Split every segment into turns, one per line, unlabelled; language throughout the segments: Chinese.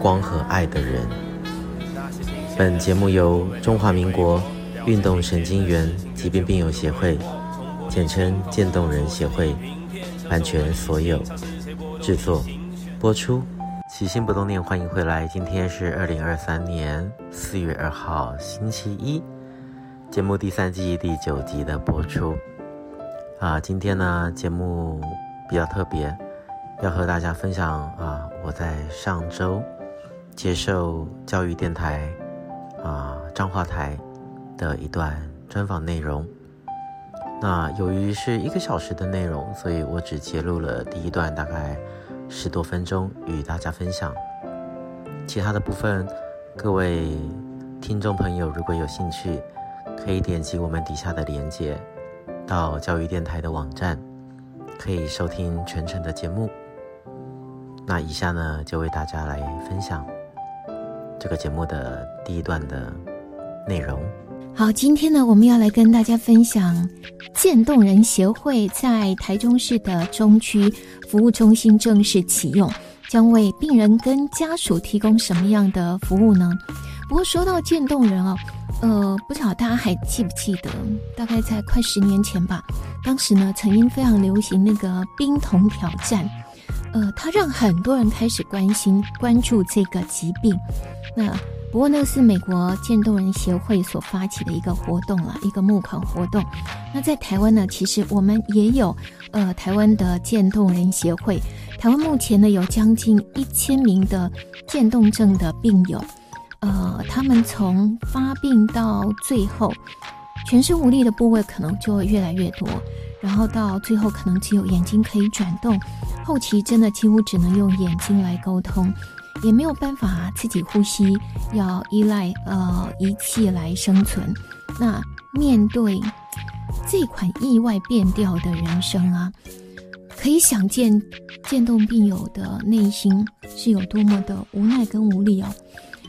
光和爱的人。本节目由中华民国运动神经元疾病病友协会，简称渐冻人协会，版权所有，制作、播出。起心不动念，欢迎回来。今天是二零二三年四月二号，星期一，节目第三季第九集的播出。啊，今天呢节目比较特别，要和大家分享啊，我在上周接受教育电台啊彰化台的一段专访内容。那由于是一个小时的内容，所以我只截录了第一段大概十多分钟与大家分享，其他的部分各位听众朋友如果有兴趣，可以点击我们底下的链接到教育电台的网站，可以收听全程的节目。那以下呢，就为大家来分享这个节目的第一段的内容。
好，今天呢，我们要来跟大家分享渐冻人协会在台中市的中区服务中心正式启用，将为病人跟家属提供什么样的服务呢？不过说到渐冻人哦，呃，不知道大家还记不记得，大概在快十年前吧，当时呢曾经非常流行那个冰桶挑战，呃，它让很多人开始关心关注这个疾病，那。不过那个是美国渐冻人协会所发起的一个活动了，一个募款活动。那在台湾呢，其实我们也有呃台湾的渐冻人协会。台湾目前呢有将近一千名的渐冻症的病友，呃，他们从发病到最后全身无力的部位可能就会越来越多，然后到最后可能只有眼睛可以转动，后期真的几乎只能用眼睛来沟通。也没有办法自己呼吸，要依赖呃仪器来生存。那面对这款意外变调的人生啊，可以想见渐冻病友的内心是有多么的无奈跟无力哦。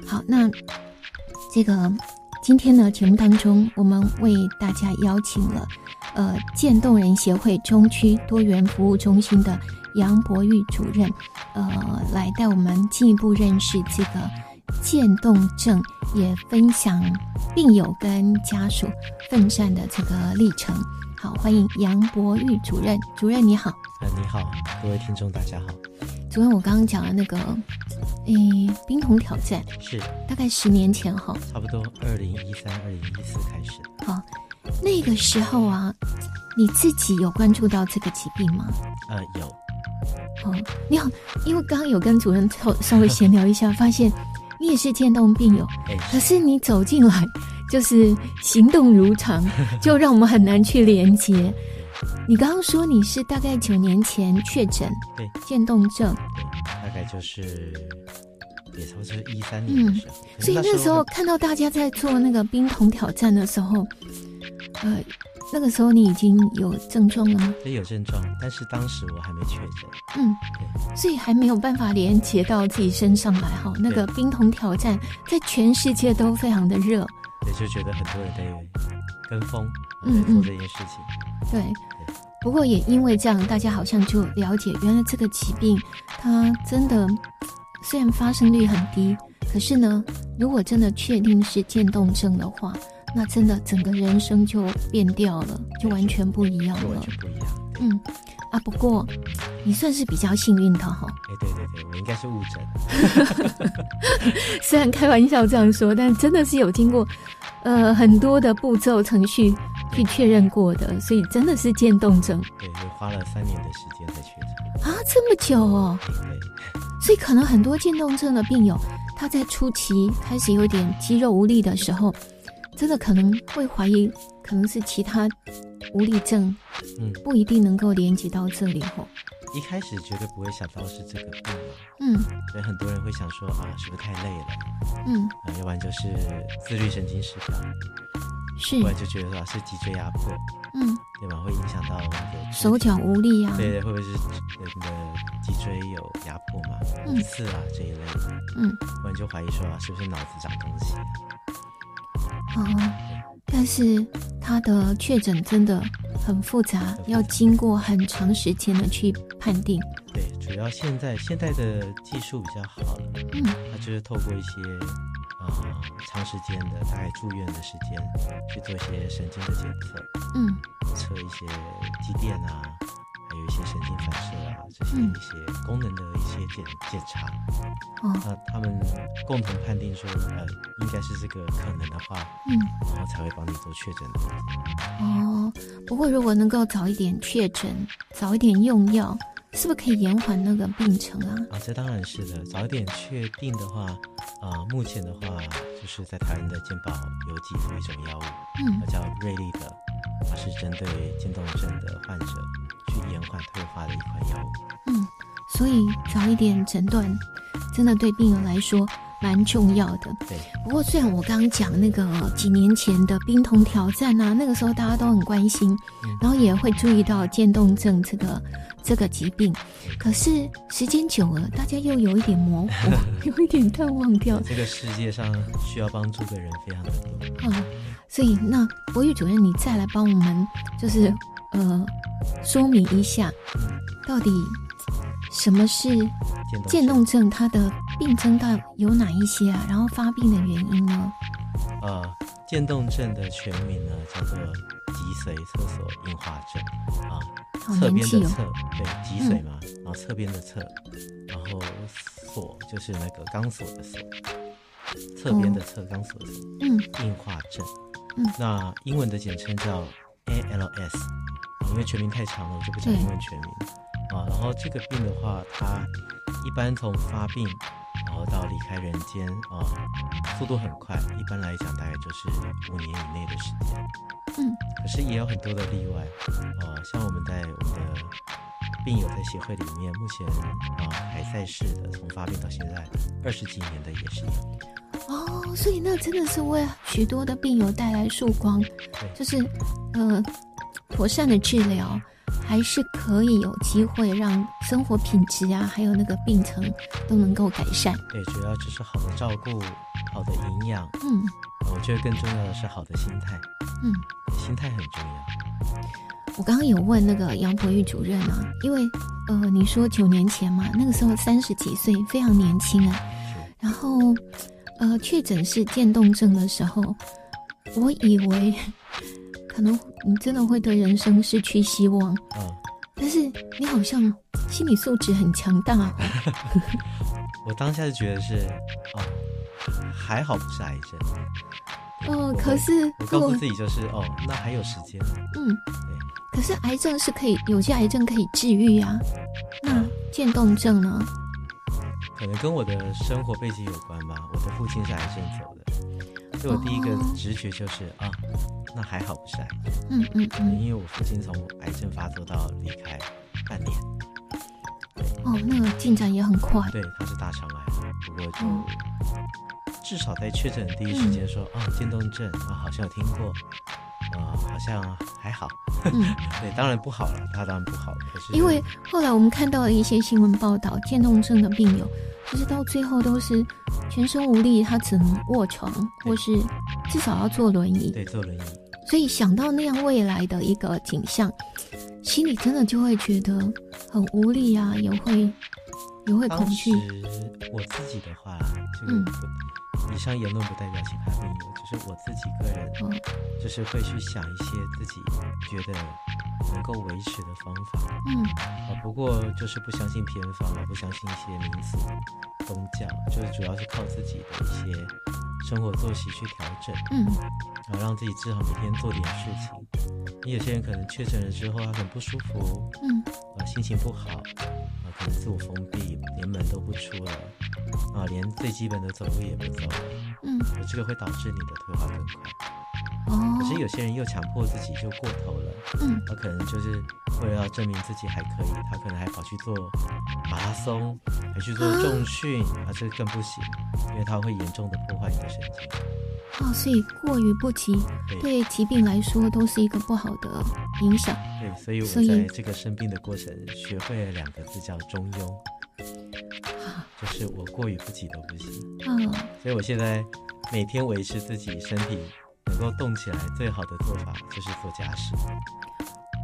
好，那这个今天呢节目当中，我们为大家邀请了呃渐冻人协会中区多元服务中心的杨博玉主任。呃，来带我们进一步认识这个渐冻症，也分享病友跟家属奋战的这个历程。好，欢迎杨博玉主任，主任你好，
呃，你好，各位听众，大家好。
主任，我刚刚讲的那个，诶，冰桶挑战，
是
大概十年前哈，
差不多二零一三、二零一四开始。
那个时候啊，你自己有关注到这个疾病吗？
呃，有
哦，你好，因为刚刚有跟主任稍稍微闲聊一下，发现你也是渐冻病友，
哎
可是你走进来就是行动如常，就让我们很难去连接。你刚刚说你是大概九年前确诊
对
渐冻症，
大概就是也差不多一三年的时候。可是
嗯所以那时候看到大家在做那个冰桶挑战的时候，呃，那个时候你已经有症状了吗？
也有症状，但是当时我还没确诊。
嗯，所以还没有办法连接到自己身上来哈。那个冰桶挑战在全世界都非常的热，
对，就觉得很多人在跟风，
嗯
在做这件事情。
对，不过也因为这样，大家好像就了解，原来这个疾病它真的虽然发生率很低，可是呢，如果真的确定是渐冻症的话，那真的整个人生就变掉了，就完全不一样
就完
了。
全不一样。对，
嗯，啊，不过你算是比较幸运的哈、
哎、对对对，我应该是误诊。
虽然开玩笑这样说，但真的是有经过呃很多的步骤程序去确认过的，所以真的是渐冻症
对，我花了三年的时间才确诊。
啊，这么久哦。
对对
所以可能很多渐冻症的病友，他在初期开始有点肌肉无力的时候，真的可能会怀疑，可能是其他无力症，
嗯
不一定能够连接到这里吼。哦
一开始绝对不会想到是这个病嘛，
嗯
所以很多人会想说啊，是不是太累了？
嗯，
啊，要不然就是自律神经失调，
是
不，然就觉得啊是脊椎压迫，
嗯，
对吧？会影响到你的肢
手脚无力啊，
对对，会不会是呃你的脊椎有压迫嘛？
嗯
刺啊这一类的，
嗯
不然就怀疑说啊，是不是脑子长东西啊、
哦，但是他的确诊真的很复杂，要经过很长时间的去判定。
对，主要现在现在的技术比较好了，
嗯
它就是透过一些呃长时间的大概住院的时间去做一些神经的检测，
嗯
测一些肌电啊，还有一些神经反射啊这些
嗯
一些功能的一些检检查。
哦
那他们共同判定说，呃，应该是这个可能的话，
嗯
然后才会帮你做确诊的。
哦，不过如果能够早一点确诊，早一点用药，是不是可以延缓那个病程啊？
啊，这当然是的。早一点确定的话，啊、目前的话就是在台湾的健保有给付一种药物，
嗯
它叫瑞丽的，它是针对渐冻症的患者去延缓退化的一款药物。
嗯，所以早一点诊断，真的对病人来说蛮重要的。
对，
不过，虽然我刚刚讲那个几年前的冰桶挑战啊，那个时候大家都很关心，然后也会注意到渐冻症这个这个疾病，可是时间久了，大家又有一点模糊，有一点淡忘掉。
这个世界上需要帮助的人非常的多。
嗯，所以那博宇主任，你再来帮我们，就是呃，说明一下，到底什么是
渐冻
渐
症
冻症，它的病症到底有哪一些啊？然后发病的原因呢？
呃，渐冻症的全名呢叫做脊髓侧索硬化症啊，
好
侧
难
边
记
的
哦。嗯
侧，对，脊髓嘛，然后侧边的侧，然后锁就是那个钢索的锁，
哦
侧边的侧，钢索的锁，
嗯
硬化症。
嗯
那英文的简称叫 ALS，啊因为全名太长了，我就不讲
对
英文全名
嗯
啊。然后这个病的话，它一般从发病，然后到离开人间啊，速度很快，一般来讲大概就是五年以内的时间。
嗯
可是也有很多的例外，呃，像我们在我们的病友在协会里面，目前啊、还在世的，从发病到现在二十几年的也是有，
哦，所以那真的是为许多的病友带来曙光，就是呃，妥善的治疗还是可以有机会让生活品质啊，还有那个病程都能够改善。
对，主要就是好的照顾，好的营养，
嗯
呃我觉得更重要的是好的心态，
嗯，
心态很重要。
我刚刚有问那个杨博玉主任啊，因为呃，你说九年前嘛，那个时候三十几岁，非常年轻啊。
是
然后，呃，确诊是渐冻症的时候，我以为可能你真的会对人生失去希望，
嗯，
但是你好像心理素质很强大哦。
我当下就觉得是，哦，还好不是癌症。
哦
我
可是
我告诉
我
自己就是，哦，那还有时间，
嗯，
对。
可是癌症是可以，有些癌症可以治愈啊。那渐冻症呢？
可能跟我的生活背景有关吧。我的父亲是癌症走的，所以我第一个
哦
直觉就是、啊，那还好不是癌症，
嗯嗯嗯，
因为我父亲从癌症发作到离开半年，
哦，那个进展也很快。
对，他是大肠癌，不过就。
嗯
至少在确诊的第一时间说、啊，渐冻症啊，好像有听过，啊，好像还好。
嗯，
对，当然不好了，他当然不好。可是
因为后来我们看到了一些新闻报道，渐冻症的病友，就是到最后都是全身无力，他只能卧床，
对
或是至少要坐轮椅。
对坐轮椅，
所以想到那样未来的一个景象，心里真的就会觉得很无力啊，也会也会恐
当时
惧。
我自己的话，这
嗯
个不，以上言论不代表其他病友，就是我自己个人，
哦
就是会去想一些自己觉得能够维持的方法
嗯
啊。不过就是不相信偏方啊，不相信一些民俗、宗教，就是主要是靠自己的一些生活作息去调整，
嗯
然后让自己至少每天做点事情。你有些人可能确诊了之后，他很不舒服，
嗯
啊，心情不好，啊，可能自我封闭，连门都不出了，啊，连最基本的走路也不走了，
嗯，
这个会导致你的退化更快。
哦
可，是有些人又强迫自己就过头了，
嗯
他可能就是为了要证明自己还可以，他可能还跑去做马拉松，还去做重训，啊，这更不行，因为它会严重的破坏你的神经。
哦，所以过于不及
对
对疾病来说都是一个不好的影响。
对，所以
所以
我在这个生病的过程，学会了两个字叫中庸，就是我过于不及都不行。
嗯，
所以我现在每天维持自己身体能够动起来，最好的做法就是做家事。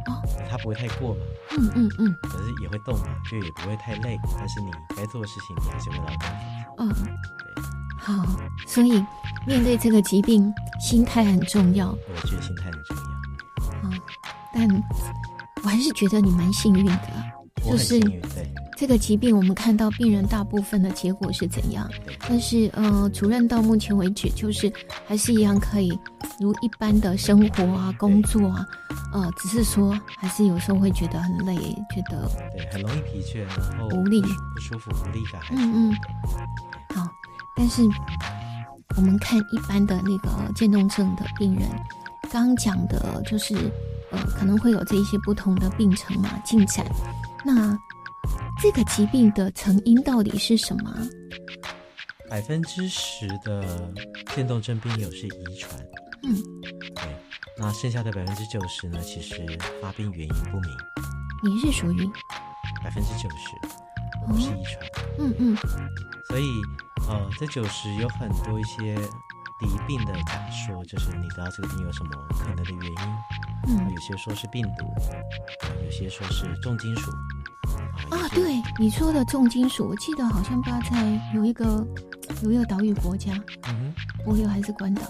哦，
它不会太过嘛，
嗯嗯嗯，
可是也会动嘛，就也不会太累。但是你该做的事情，你还是会劳动自己。
哦，好，所以面对这个疾病，心态很重要。
我觉得心态很重要，
但我还是觉得你蛮幸运的，
我
就
很
是
幸运。对，
这个疾病，我们看到病人大部分的结果是怎样，但是呃，主任到目前为止就是还是一样可以如一般的生活啊、工作啊，呃，只是说还是有时候会觉得很累，觉得
对，很容易疲倦，然后
无力
不舒服、无力感还是
嗯嗯
有的。
好，但是我们看一般的那个渐冻症的病人，刚讲的就是呃可能会有这一些不同的病程嘛进展，那这个疾病的成因到底是什么啊？
百分之十的渐冻症病友是遗传，
嗯，
对。那剩下的百分之九十呢，其实发病原因不明，
你是属于哦
百分之九十不是遗传，
嗯嗯
所以呃，这九十有很多一些离病的假说，就是你知道这个病有什么可能的原因，
嗯
有些说是病毒，啊有些说是重金属，有
啊，
些
对你说的重金属，我记得好像巴在有一个有一个岛屿国家，
嗯
帛琉还是关岛？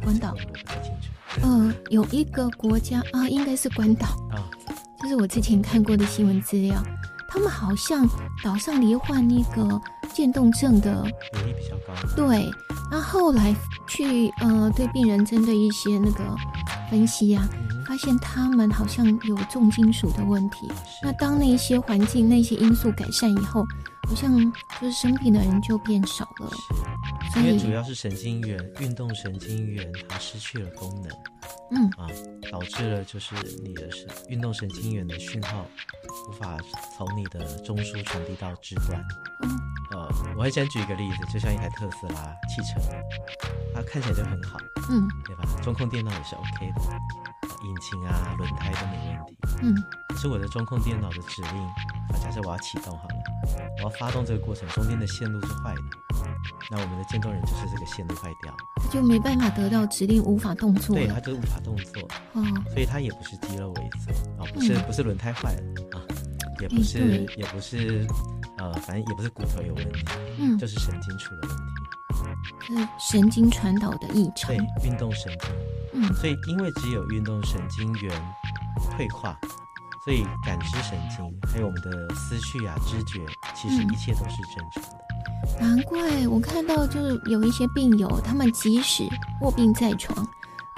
关
哼，
岛
我，不太清楚
嗯、有一个国家啊，应该是关岛。
啊，
就是我之前看过的新闻资料，他们好像岛上罹患那个渐冻症的，
比例比较高，
对，然后后来去呃对病人针对一些那个分析啊，
嗯哼，
发现他们好像有重金属的问题。
啊是
那当那一些环境那些因素改善以后，好像就是生病的人就变少了，
是。
所
因为
以
主要是神经元，运动神经元它失去了功能
嗯
啊，导致了就是你的神运动神经元的讯号无法从你的中枢传递到肢端。
嗯
呃，我会先举一个例子，就像一台特斯拉汽车，它看起来就很好，
嗯
对吧？中控电脑也是 OK 的，啊引擎啊、轮胎都没问题。
嗯
可是我的中控电脑的指令，啊，假设我要启动好了，我要发动这个过程中间的线路是坏的，那我们的渐冻人就是这个线路坏掉，
他就没办法得到指令，无法动作
对，它
了。
就无法动作，
哦，
所以它也不是肌肉萎缩啊，不是
嗯
不是轮胎坏了啊，也不
哎
是也不是呃，反正也不是骨头有问题，
嗯，
就是神经出了问题，
就是神经传导的异常。
对，运动神经，
嗯
所以因为只有运动神经元退化。所以感知神经还有我们的思绪啊、知觉，其实
嗯
一切都是正常的。
难怪我看到就是有一些病友，他们即使卧病在床，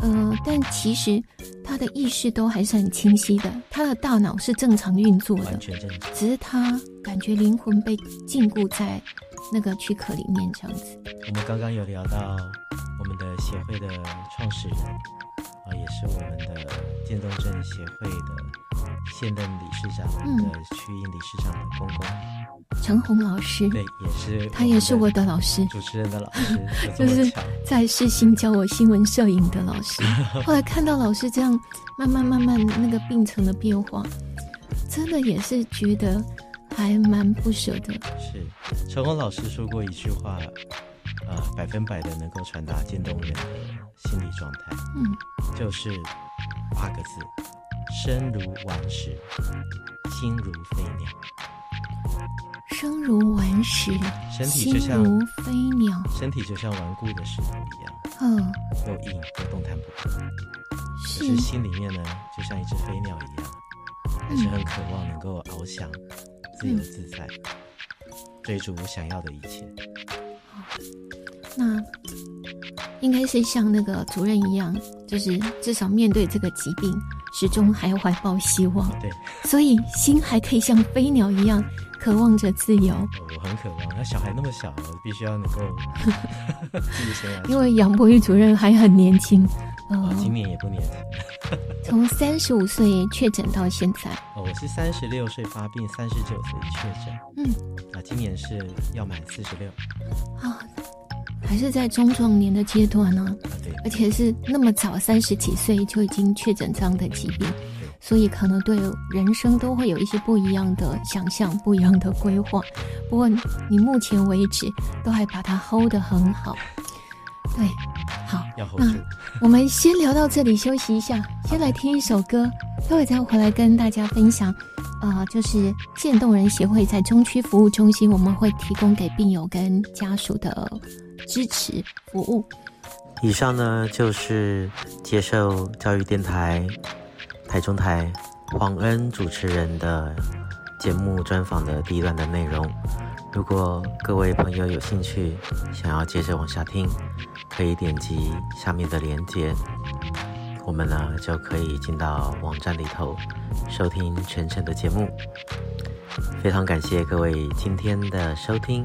呃，但其实他的意识都还是很清晰的，他的大脑是正常运作
完
的，
全正常。
只是他感觉灵魂被禁锢在那个躯壳里面这样子。
我们刚刚有聊到我们的协会的创始人，啊、也是我们的渐冻症协会的现任理事长，我
嗯
们的区应理事长的公公，
陈红老师，
对，也是
他也是
们
我的老师
的，主持人的老师，
就
有这
是
么巧，
在世新教我新闻摄影的老师。 后来看到老师这样慢慢慢慢那个病程的变化，真的也是觉得还蛮不舍的。
是陈红老师说过一句话，呃，百分百的能够传达渐冻人的心理状态，
嗯，
就是八个字：生如顽石，心如飞鸟。
生如顽石，
身体
心
就像
如飞鸟。
身体就像顽固的石头一样，
嗯，
又硬又动弹不得。可
是
是心里面呢，就像一只飞鸟一样，还是很渴望能够翱翔，自由自在，追逐我想要的一切。
那应该是像那个主任一样，就是至少面对这个疾病，始终还怀抱希望，
对，
所以心还可以像飞鸟一样，渴望着自由，
我很渴望。那小孩那么小，我必须要能够自己生完。
因为杨博玉主任还很年轻，
我
呃
今，年也不年轻，
从三十五岁确诊到现在，
哦，我是三十六岁发病，三十九岁确诊。嗯，啊，今年是要满四十六。啊，
啊，还是在中壮年的阶段哦呢、
对，
而且是那么早，三十几岁就已经确诊这样的疾病，所以可能对人生都会有一些不一样的想象、不一样的规划。不过你目前为止都还把它 hold 得很好，对，好，
要 hold
那
住。
我们先聊到这里，休息一下，先来听一首歌，待会再回来跟大家分享。呃，就是渐冻人协会在中区服务中心，我们会提供给病友跟家属的支持服务。
以上呢就是接受教育电台台中台黄恩主持人的节目专访的第一段的内容。如果各位朋友有兴趣，想要接着往下听，可以点击下面的链接，我们呢就可以进到网站里头收听全程的节目。非常感谢各位今天的收听，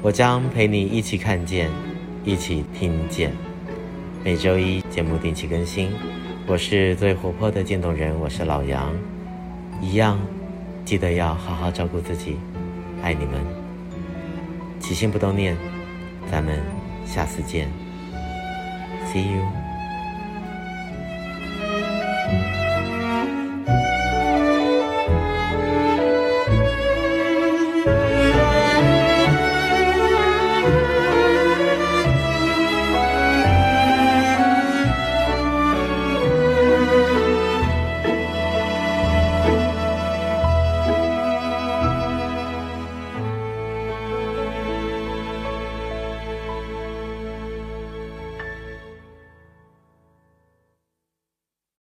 我将陪你一起看见，一起听见。每周一节目定期更新，我是最活泼的渐冻人，我是老杨。一样，记得要好好照顾自己，爱你们。起心不动念，咱们下次见。See you。